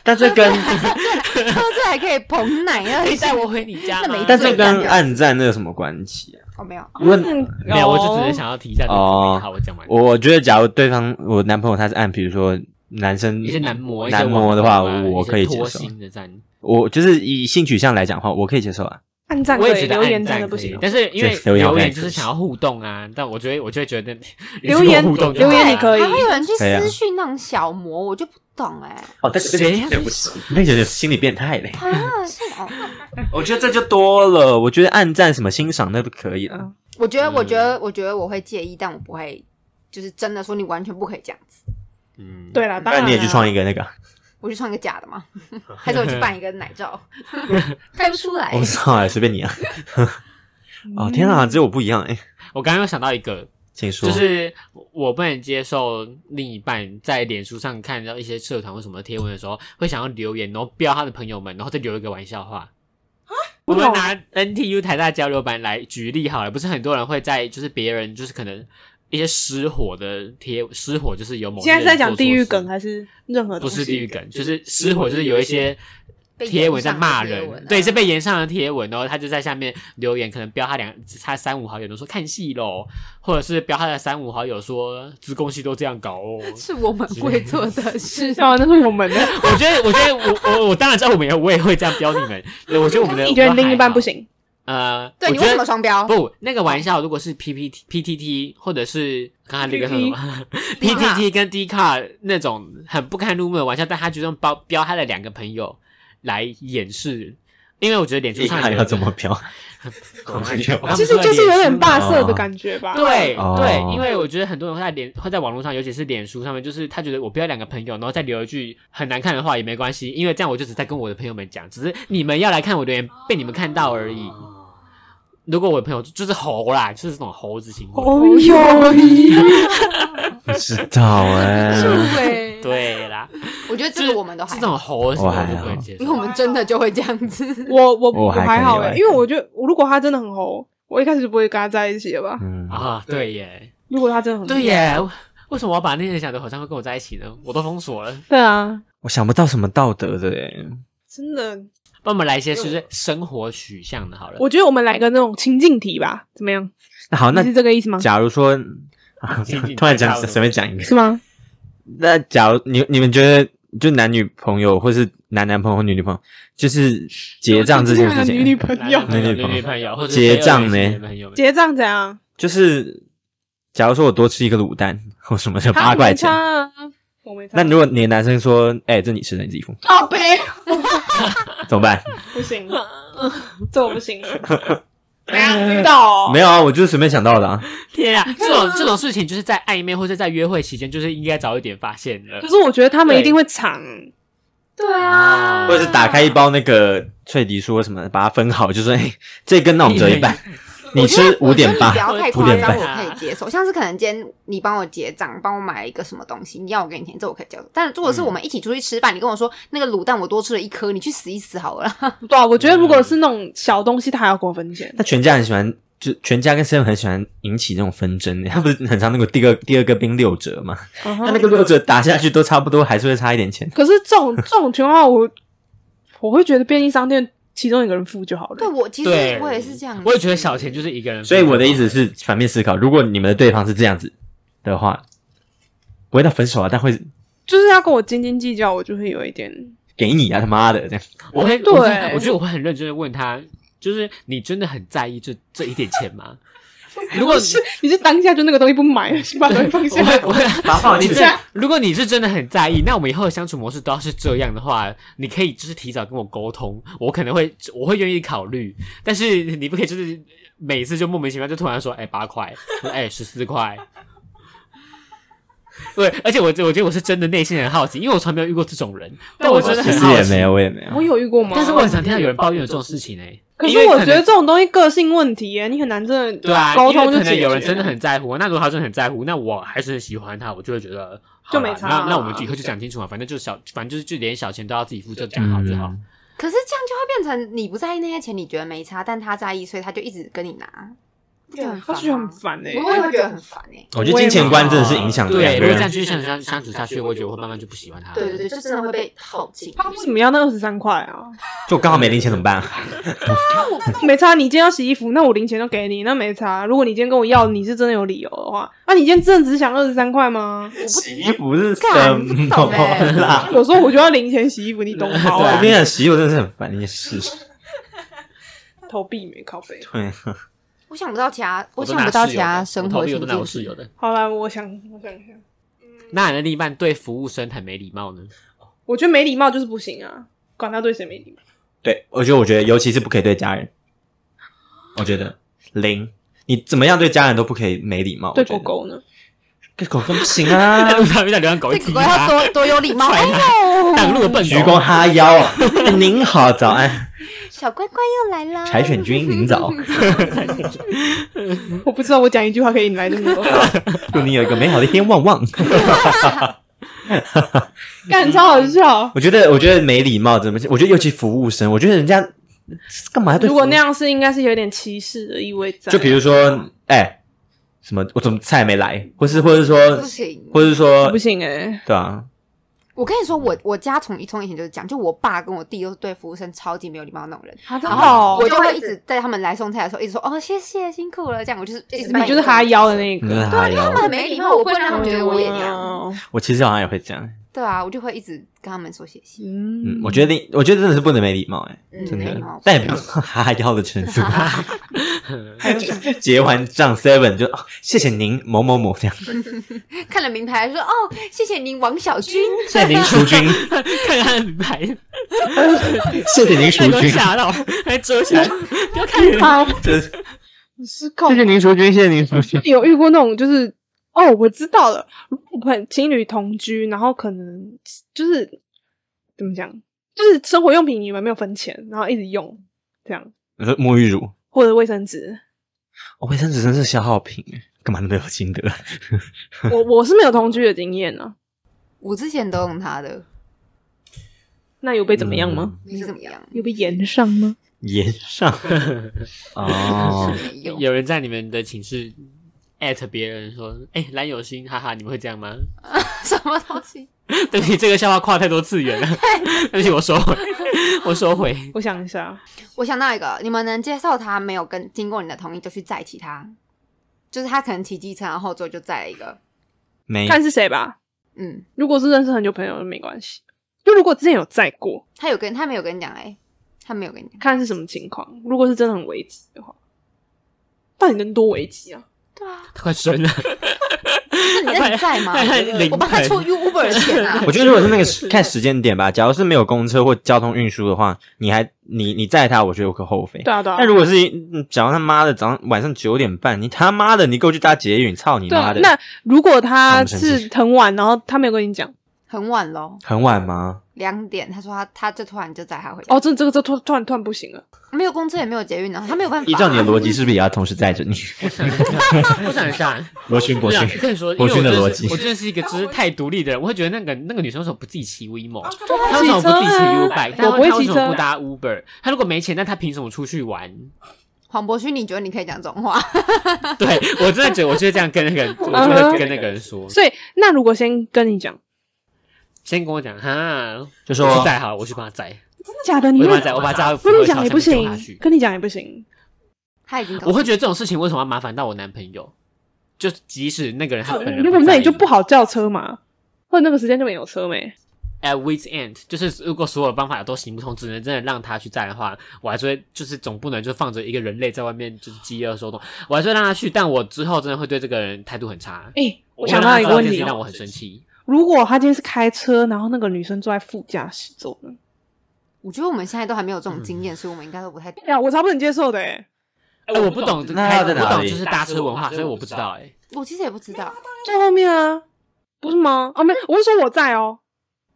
但这跟喝醉还可以捧奶，啊那 (laughs) 可以你哎带我回你家那吗没？但罪这这感跟人暗战那有什么关系啊？哦没有，如果没有，我就只是想要提一下这个哦好，我讲完。我我觉得，假如对方我男朋友他是按，比如说男生一些男模，一些男网模的红话，啊我一些可以接脱受。星的站，我就是以性取向来讲的话，我可以接受啊。按赞我可也以，觉得留言暗真赞的不可以行。但是因为留言好像留也言可以就是想要互动啊，但我觉得我就会觉得留言互动就留言好你可以还会有人去谁啊私讯那种小魔，我就不懂哎、哦，但是谁呀不行，那有点心理变态 (laughs) 嘞。啊，是哦。我觉得这就多了。我觉得暗赞什么欣赏那都可以了嗯。 (laughs) 我觉得，嗯我觉得，我觉得我会介意，但我不会，就是真的说你完全不可以这样子。嗯，对啦，不当然然啦你也去创一个那个，我去穿个假的嘛， (laughs) 还是我去办一个奶罩，拍不出来我。操，哎随便你啊。嗯嗯哦天啊，只有我不一样哎，我刚刚又想到一个，请说。就是我不能接受另一半在脸书上看到一些社团或什么贴文的时候，会想要留言，然后标他的朋友们，然后再留一个玩笑话。啊我们不懂拿 NTU 台大交流版来举例好了，不是很多人会在就是别人就是可能一些失火的贴失火，就是有某现在是在讲地些狱人做错梗事还是任何不东西是地狱梗，就是失火，就是有一些被延贴文在上的骂贴人文，对，啊是被延上的贴文，然后他就在下面留言，可能标他两他三五好友都说看戏喽，或者是标他的三五好友说自贡系都这样搞哦。是我们不会做的事。啊，那是我们的。我觉得，我觉得我我我当然知道我们也我也会这样标你们，对我觉得我们的你觉得我们另一半不还好？行？呃，对我你觉为得什么双标？不，那个玩笑如果是 P P T P T T 或者是刚才那个叫什么 (laughs) P T T 跟 D 卡那种很不堪入目的玩笑，但他就用标标他的两个朋友来掩饰，因为我觉得脸书一上看哎有要怎么 (laughs) 标？懂哎呦他们其实会就是有点脸书霸色的感觉啊吧。对哦对，因为我觉得很多人会在脸会在网络上，尤其是脸书上面，就是他觉得我不要两个朋友，然后再留一句很难看的话也没关系，因为这样我就只在跟我的朋友们讲，只是你们要来看我留言被你们看到而已。哦如果我的朋友就是猴啦，就是这种猴子行为，哦哟，不知 (laughs) 道哎。对，对啦， (laughs) 我觉得这就是个我们都还这好，种猴是我我还就不能好接因为我受。们真的就会这样子。我我我哦还可以还好我还哎，可以因为我觉得我如果他真的很红，我一开始就不会跟他在一起了吧？嗯，哦啊，对耶，如果他真的很红对，耶，为什么我要把那些人想的好像会跟我在一起呢？我都封锁了。对啊，我想不到什么道德的哎。真的，帮我们来一些就是生活取向的，好了。我觉得我们来个那种情境题吧，怎么样？那好，哦那你是这个意思吗？假 (laughs) 如说， (laughs) 情景突然讲太差了随便讲一个，是吗？那假如你你们觉得，就男女朋友或是男男朋友或女女朋友，就是结账这件事女女情，朋男友男朋友女女女朋友，或者结账呢呢？朋友们结账怎样？就是假如说我多吃一个卤蛋或什么的他八块钱，我没差啊。那如果果你的男生说，哎、这你吃的，你自己付，靠背怎 (laughs) 么办？不行，这我不行。 (laughs) 怎样遇到哦没有啊，我就是随便想到的啊。天啊，这种这种事情就是在暧昧或者在约会期间，就是应该早一点发现的可。是我觉得他们一定会藏，对啊，或者是打开一包那个脆皮酥或什么的，把它分好，就说，哎、这根那我们折一半，(laughs) 你我觉得吃五点我觉八，得你不五要太夸点张，半我可以接受。像是可能今天你帮我结账，帮我买一个什么东西，你要我给你钱，这我可以接受。但如果嗯是我们一起出去吃饭，你跟我说那个卤蛋我多吃了一颗，你去死一死好了。 (laughs) 对啊，我觉得如果是那种小东西，他还要跟我分钱。那全家很喜欢，就全家跟 seven 很喜欢引起这种纷争，他不是很常那个第二第二个兵六折嘛？那嗯哦哼那个六折打下去都差不多，还是会差一点钱。可是这种这种情况下，我我会觉得便利商店其中一个人付就好对了。我其实对，我也是这样，我也觉得小钱就是一个人。所以我的意思，是，反面思考，如果你们的对方是这样子的话，不会到分手啊，但会就是要跟我斤斤计较，我就会有一点给你啊，他妈的这样。我会，对我觉得我觉得我会很认真的问他，就是你真的很在意这这一点钱吗？如果是你是当下就那个东西不买了，先把东西放下我。会我会把它放哦你进去这，如果你是真的很在意，那我们以后的相处模式都要是这样的话，你可以就是提早跟我沟通，我可能会我会愿意考虑，但是你不可以就是每次就莫名其妙就突然说，哎、八块，哎、十四块。对，而且我我觉得我是真的内心很好奇，因为我从来没有遇过这种人，但我真的其很实好也奇没有，我也没有。我有遇过吗？但是我很常听到有人抱怨有这种事情哎、可因是为我能觉得这种东西个性问题耶，你很难真的对啊，沟通因为就可解能决。有人真的很在乎，那如果他真的很在乎，那我还是很喜欢他，我就会觉得好就啦没差啊那那我们以后就讲清楚嘛，反正就是小，反正就是就连小钱都要自己付，就讲好就好。嗯可是这样就会变成你不在意那些钱，你觉得没差，但他在意，所以他就一直跟你拿，就很他烦、就觉得很啊。烦哎。我也会觉得很烦哎、我觉得金钱观真的是影响对，两如个果这样人。继续相相相处下去，我觉得我会慢慢就不喜欢他了。对对对，就真的会被耗尽。他为什么要那二十三块啊？就刚好没零钱怎么办？啊没差，你今天要洗衣服，那我零钱都给你，那没差。如果你今天跟我要，你是真的有理由的话，啊那、你今天真的只是想二十三块吗？洗衣服是什干不懂欸么 (laughs) 啦？有时候我就要零钱洗衣服，你懂吗？啊我我跟你讲，洗衣服真的是很烦的一件事。投币没靠背。对，我想不到其他，我都想拿不到室其友的他我生逃活避我情都拿我境室是友的。好啦，我想我想一下，那你的另一半对服务生很没礼貌呢？我觉得没礼貌就是不行啊，管他对谁没礼貌。对，我觉得，我觉得，尤其是不可以对家人，我觉得零，你怎么样对家人都不可以没礼貌。对我觉狗得，狗呢？对狗狗不行啊， (laughs) 那 (laughs) 他遇到流浪狗对会狗踢狗嗯要他，多多有礼 (laughs) 貌。踹哎呦，挡路的笨鞠狗躬。哈腰。哎您好，早安，小乖乖又来啦！柴犬君，(laughs) 您早，我不知道我讲一句话可以引来这 (laughs) 么多。祝您有一个美好的一天，旺旺。干超好笑。我觉得，我觉得没礼貌怎么？我觉得尤其服务生，我觉得人家干嘛要对服如务？果那样是，应该是有点歧视的意味在。就比如说，哎、什么我怎么菜没来，或是或者说不，行。或是说不，行哎、对啊，我跟你说，我我家从一从以前就是讲，就我爸跟我弟都是对服务生超级没有礼貌那种人，好嗯然好后我就会一直在他们来送菜的时候一直说哦谢谢辛苦了，这样我就是一直你啊就是哈腰的那你就是个。嗯哈腰他。们很没礼貌，我不会让他们觉得我也那样。哎我其实好像也会这样，对啊，我就会一直跟他们说谢谢，嗯嗯，我觉得你，我觉得真的是不能没礼貌、哎，嗯真没礼的貌，但也不用哈哈腰的程 (laughs) 度，还有什么？ (laughs) 结完账 seven 就、哦谢谢您某某某这样，看了名牌说哦谢谢您王小军，谢谢您淑君， (laughs) 看他的名牌， (laughs) 谢谢您淑 (laughs) 那君，吓到，还遮 (laughs) 起来，不要看人。啊，真是 (laughs) 失控谢。谢您淑君，谢谢您淑君，你有遇过那种就是哦，我知道了，如果朋情侣同居，然后可能就是怎么讲，就是生活用品你们没有分钱，然后一直用这样，你说呃沐浴乳，或者卫生纸，我卫生纸真是消耗品、哎干嘛那么有心得？ (laughs) 我我是没有同居的经验啊呢、我之前都用他的，那有被怎么样吗？你怎么样？有被延上吗？延 (laughs) 上哦，没有，有人在你们的寝室艾特别人说：“哎、蓝有心，哈哈，你们会这样吗 (laughs) 什么东西？？”对不起，这个笑话跨太多次元了， (laughs) 对不起，我收 (laughs) 回，我收回。我想一下，我想到一个，你们能接受他没有跟经过你的同意就去载其他，就是他可能骑机车，然后后座就载了一个，没看是谁吧。嗯，如果是认识很久朋友，没关系。就如果之前有在过，他有跟他没有跟你讲哎、他没有跟你讲，看是什么情况。如果是真的很危急的话，到底能多危急啊？对啊，他快生了，是你在载 (laughs) 吗他快他快？我帮他出 Uber 的钱啊，我觉得如果是那个看时间点吧，假如是没有公车或交通运输的话，你还你你载他，我觉得无可厚非。对啊，对啊。但如果是嗯假如他妈的早上晚上九点半，你他妈的你给我去搭捷运，操你对啊妈的！那如果那我他们先继是很晚，然后他没有跟你讲，很晚咯，很晚吗？两点，他说他他就突然就载他回家，哦，这这个这突突然突然不行了，没有公车也没有捷运啊，他没有办法、依照你的逻辑，是不是也要同时载着你？我想一下， (laughs) 罗勋我博想勋，跟你说，因博为我勋的真逻的是辑我，真的是一个就是太独立的人，我会觉得那个那个女生为什么不自己骑 WeMo？啊她为什么不自己骑骑车啊 U bike？我不会她为骑什车么不搭 Uber？她如果没钱，那她凭什么出去 (laughs) 玩？黄博勋，你觉得你可以讲这种话？对我真的觉得，我就会这样跟那个人，我就嗯会跟那个人说，所以那如果先跟你讲，先跟我讲哈， (laughs) 就我去说载好了，我去帮他载。真的假的？你我会把载，我把载，跟你讲也不扶着小山行去，跟你讲也不行，他已经搞我会觉得这种事情为什么要麻烦到我男朋友？就是即使那个人他本人如果在那意你就不好叫车嘛，或者那个时间就没有车没。 at wit's end，就是如果所有的方法都行不通，只能真的让他去站的话，我还是会就是总不能就放着一个人类在外面就是饥饿受冻，我还是会让他去，但我之后真的会对这个人态度很差。哎、我我会让他知想到一道个问这件事题情哦，让我很生气。如果他今天是开车，然后那个女生坐在副驾驶座呢？我觉得我们现在都还没有这种经验，所以我们应该都不太哎呀，我超不能接受的、欸，哎、我不懂，那要在我不哪懂里就是搭车文化，所以我不知道、哎，我其实也不知道在后面啊，不是吗？啊，没，我是说我在哦，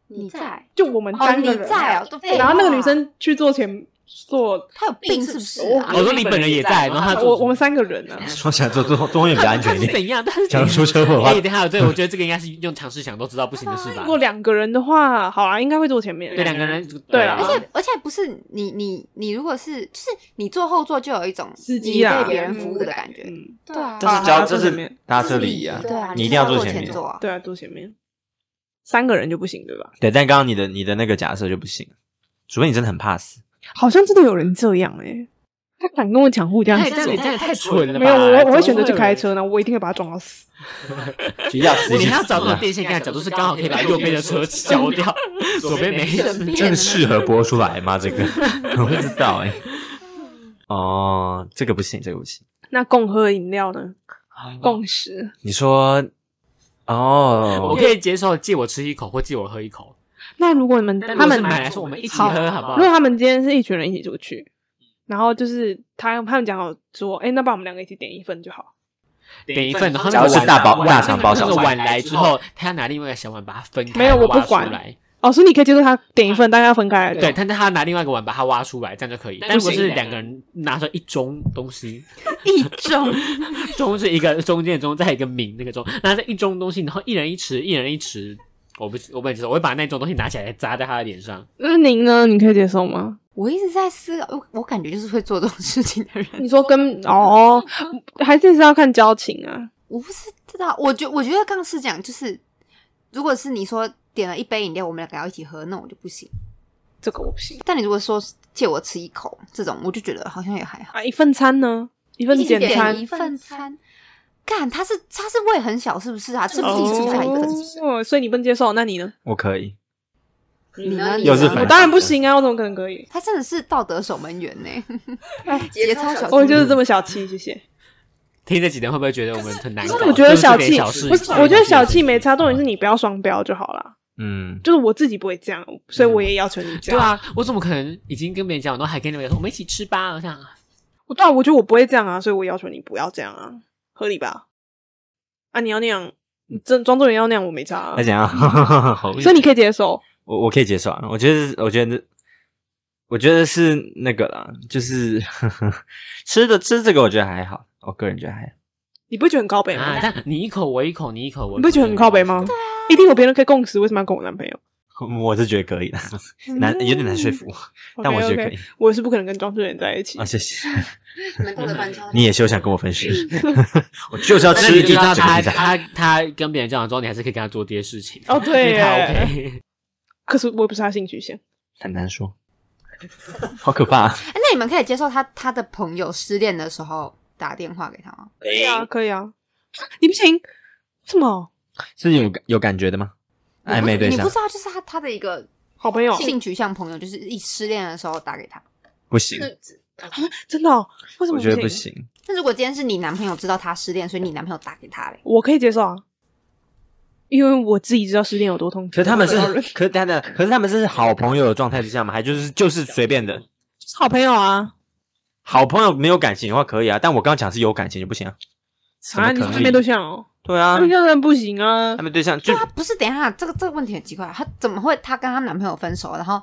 你在就我们哦，三你个人、啊在哦，都废话哎然后那个女生去坐前座，她有病是不是我啊？我说你本人也在，然后他我我们三个人啊，说起来坐坐中远比较安他全一是 (laughs) 点。怎样？但是假如出车祸的话哎、，等一下，对，我觉得这个应该是用常识想都知道不行的事吧如？果两个人的话，好啊，应该会坐前面。对，两个人，对啊啦而且而且不是你你你如果是就是你坐后座就有一种司你机啊对别人服务的感觉，嗯，对啊，但啊是只要坐这前是面搭车礼仪啊这是礼仪，对啊，你一定就要坐坐前面座啊。对啊，坐前面，三个人就不行对吧？对。但刚刚你的你的那个假设就不行，除非你真的很怕死。好像真的有人这样哎、他敢跟我抢护驾太驶这座你。真的太蠢了吧？没有，我我会会选择去开。车呢，我一定会把他撞到死。就要死 (laughs) (laughs) 你一要死找那啊种！电 (laughs) 线杆的角度是刚好可以把右边的车削掉，左边没 (laughs) 事。这个适合播出来吗？这个 (laughs) 我不知道 (laughs) 哎、哦，这个不行，这个不行。那共喝饮料呢？共识你说，我哦，可以接受借我吃一口或借我喝一口，那如果你们但他如果是们买来说我们一起好喝好不好如果？他们今天是一群人一起出去，然后就是他他们讲好说，哎、那不然我们两个一起点一份就好。点一份，然后假那如个是碗大包碗大肠包那小个肠碗来之后，他要拿另外一个小碗把它分开，没有我挖不管出来。哦，所以你可以接受他点一份，大家要分开来的。对，，但是他拿另外一个碗把它挖出来，这样就可以。但但如果不行是两个人拿着一盅东 (laughs) 西，一中，盅是一个 (laughs) 中间的盅，再一个抿那个盅，拿着一盅东西，然后一人一匙，一人一匙。我不，我不能接受，我会把那种东西拿起来砸在他的脸上。那您呢？你可以接受吗？我一直在思考，我我感觉就是会做这种事情的人，你说 (laughs) 跟哦，还是是要看交情啊。我不知道，我觉我觉得刚是讲就是，如果是你说点了一杯饮料，我们两个要一起喝，那我就不行。这个我不行但你如果说借我吃一口这种，我就觉得好像也还好。啊。一份餐呢？一份一起简餐点一份餐，干他是他是胃很小是不是啊？吃不自己吃不下一份是不是？哦，所以你不能接受，那你呢？我可以。你呢？又是你呢反我当然不行啊，我怎么可能可以？他真的是道德守门员呢， (laughs) 节节操小操小哎我嗯就是这么小气，谢谢。听这几天会不会觉得我们很难搞？我觉得小就是这气点小事不是，我觉得小气没差，重点是你不要双标就好啦。 (laughs) 嗯，就是我自己不会这样，所以我也要求你这对样。啊，我怎么可能已经跟别人讲，然后还跟那边说我们一起吃吧？我想我对啊，我觉得我不会这样啊，所以我要求你不要这样啊，合理吧？啊，你要那样，你真庄重也要那样，我没差啊那。怎样？好所以你可以接受，我我可以接受啊，我觉得我觉得我觉得是那个啦，就是 (laughs) 吃的吃这个我觉得还好，我个人觉得还好。你不会觉得很高北吗？啊，但你一口我一口，你一口我一口，你不会觉得很靠北吗？一定有别人可以共识，为什么要跟我男朋友？我是觉得可以的， (laughs) 嗯难有点难说服，但我觉得可 OK，OK，以我是不可能跟庄志远在一起啊。。谢谢，能够的搬家，你也休想跟我分手， (laughs) 我就是要那吃你一就知个道这个他披萨。他他跟别人交往之后，你还是可以跟他做这些事情。哦 (laughs) 对因为他耶 OK。 (laughs) 可是我也不是他性取向，很难说，好可怕、啊。哎那你们可以接受他他的朋友失恋的时候打电话给他吗？对啊，可以啊。 (laughs) 你不行，什么是有有感觉的吗？暧昧对你不象知道，就是他他的一个好朋友？性取向朋友，就是一失恋的时候打给他。不行，真的、哦？为什么我觉得不不行？行。那如果今天是你男朋友知道他失恋，所以你男朋友打给他嘞，我可以接受啊，因为我自己知道失恋有多痛苦。可是他们是我知道人，可是他的，可是他们是好朋友的状态之下吗？还就是就是随便的，好朋友啊，好朋友没有感情的话可以啊，但我刚刚讲是有感情就不行啊。怎么啊，你可是能暧昧对象哦， (laughs) 对啊暧，昧对象不行啊暧。昧对象就对啊，不是，等一下，这个这个问题很奇怪，她怎么会她跟她男朋友分手，然后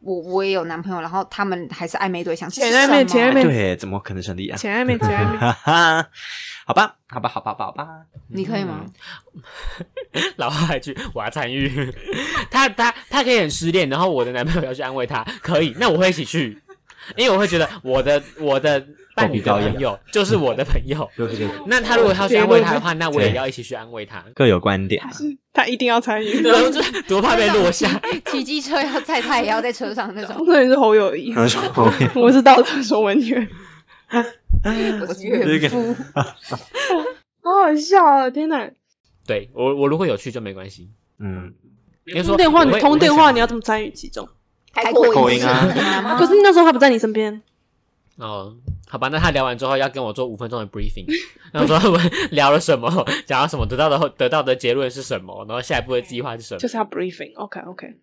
我我也有男朋友，然后他们还是暧昧对象，这是前暧昧什么前暧昧哎对，怎么可能成立啊？前暧昧，前 (laughs) 暧昧，哈哈，好吧，好吧，好吧，好吧好吧，你可以吗？老话一句，我要参与。他他他可以很失恋，然后我的男朋友要去安慰他，可以，那我会一起去，因为我会觉得我的我的伴侣的狗皮膏药朋友就是我的朋友。对对对，那他如果要去安慰他的话，那我也要一起去安慰他。各有观点啊。他一定要参与。然后 (laughs) 就是 (laughs) 多怕被落下。骑机车要载他，也要在车上那种，那也是侯友谊可， (laughs) 能说后面 (laughs) 我是道德守门员，我是这岳个父。 (laughs) 好好笑啊！天哪，对我我如果有去就没关系。嗯，应该说通电话我你会通电我话会你要怎么参与其中？开扩扩音啊啊可是那时候他不在你 (laughs) 身边，想哦，好吧，那他聊完之后要跟我做五分钟的 briefing，然后 (laughs) 说我们聊了什么， (laughs) 讲到什么，得到的得到的结论是什么，然后下一步的计划是什么就。是他 briefing。OK OK，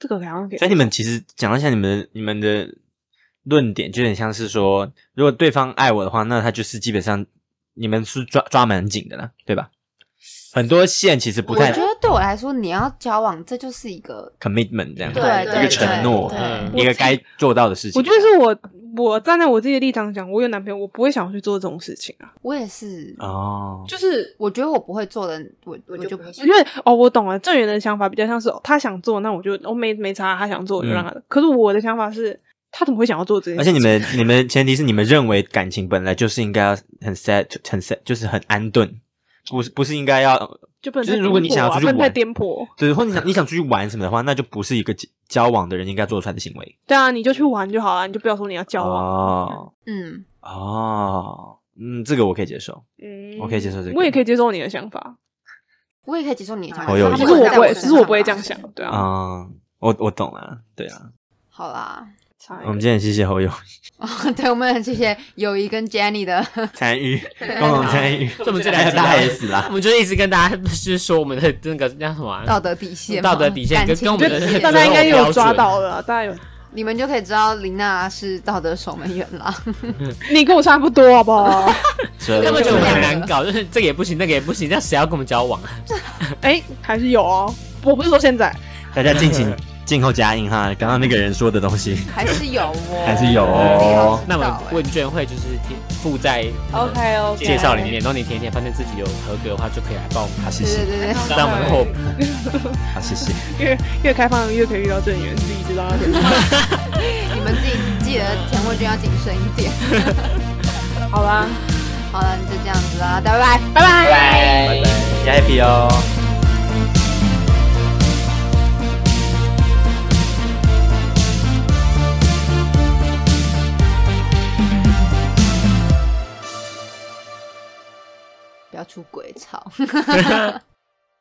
这个好像可以所。以你们其实讲到现在，你们你们的论点就有点像是说，如果对方爱我的话，那他就是基本上你们是抓抓蛮紧的了，对吧？很多线其实不我太觉得对我来说，你要交往，这就是一个 commitment 这样，对对一个承诺对，嗯一个该做到的事情。我觉得是我我站在我自己的立场讲，我有男朋友，我不会想要去做这种事情啊。我也是，哦，就是我觉得我不会做的，我我就不会因为哦，我懂了，郑源的想法比较像是、哦他想做，那我就我、没没差，他想做我就让他。可是我的想法是，他怎么会想要做这件嗯而事且情？你们你们前提是你们认为感情本来就是应该要很 set 很 set 就是很安顿，不是不是应该要就不能就是太如果你颠簸想要啊出去不能太玩颠簸。对，或者你想你想出去玩什么的话，那就不是一个交交往的人应该做出来的行为。对啊，你就去玩就好了，你就不要说你要交往。哦嗯，哦，嗯，这个我可以接受。嗯，我可以接受这个我也可以接受你的想法，我也可以接受你的想法。好有他只趣是我能在不会，身只是我上不会吧这样想。对啊，嗯，我我懂了，对啊。好啦， (laughs) 差一我们个今天很谢谢 (laughs) 侯友对，我们很谢谢友谊跟 Jenny 的 (laughs) 参 (laughs) 与，共同参与，嗯这么这还有两 (laughs) 集大聊 S 啦我。们就一直跟大家就是说我们的那个叫什么啊、道哦德底线嘛、道德底线感跟情跟我就们底的线大家应该有标抓准到了，大家有，你们就可以知道林娜是道德守门员啦。你跟我差不多好不好？ (laughs) 这根本就我们很两难搞，就是这个也不行，那个也不行，那谁要跟我们交往啊？哎，还是有哦。我不是说现在，大家敬 (laughs) 请静候佳音哈。刚刚那个人说的东西，还是有哦，还是有哦自己要知道欸那我们问卷会就是填附在那个 OK OK，介绍里面，然后你填一填，发现自己有合格的话，就可以来报名好谢对对谢，对对，当我们后补。好谢谢。 (laughs) 越越开放越可以遇到正缘，自己知道要怎么办。你们自己记得填问卷要谨慎一点。好啦，好了，你就这样子啦，大家拜拜。拜拜。拜拜，加 happy 哦。不要出轨，操！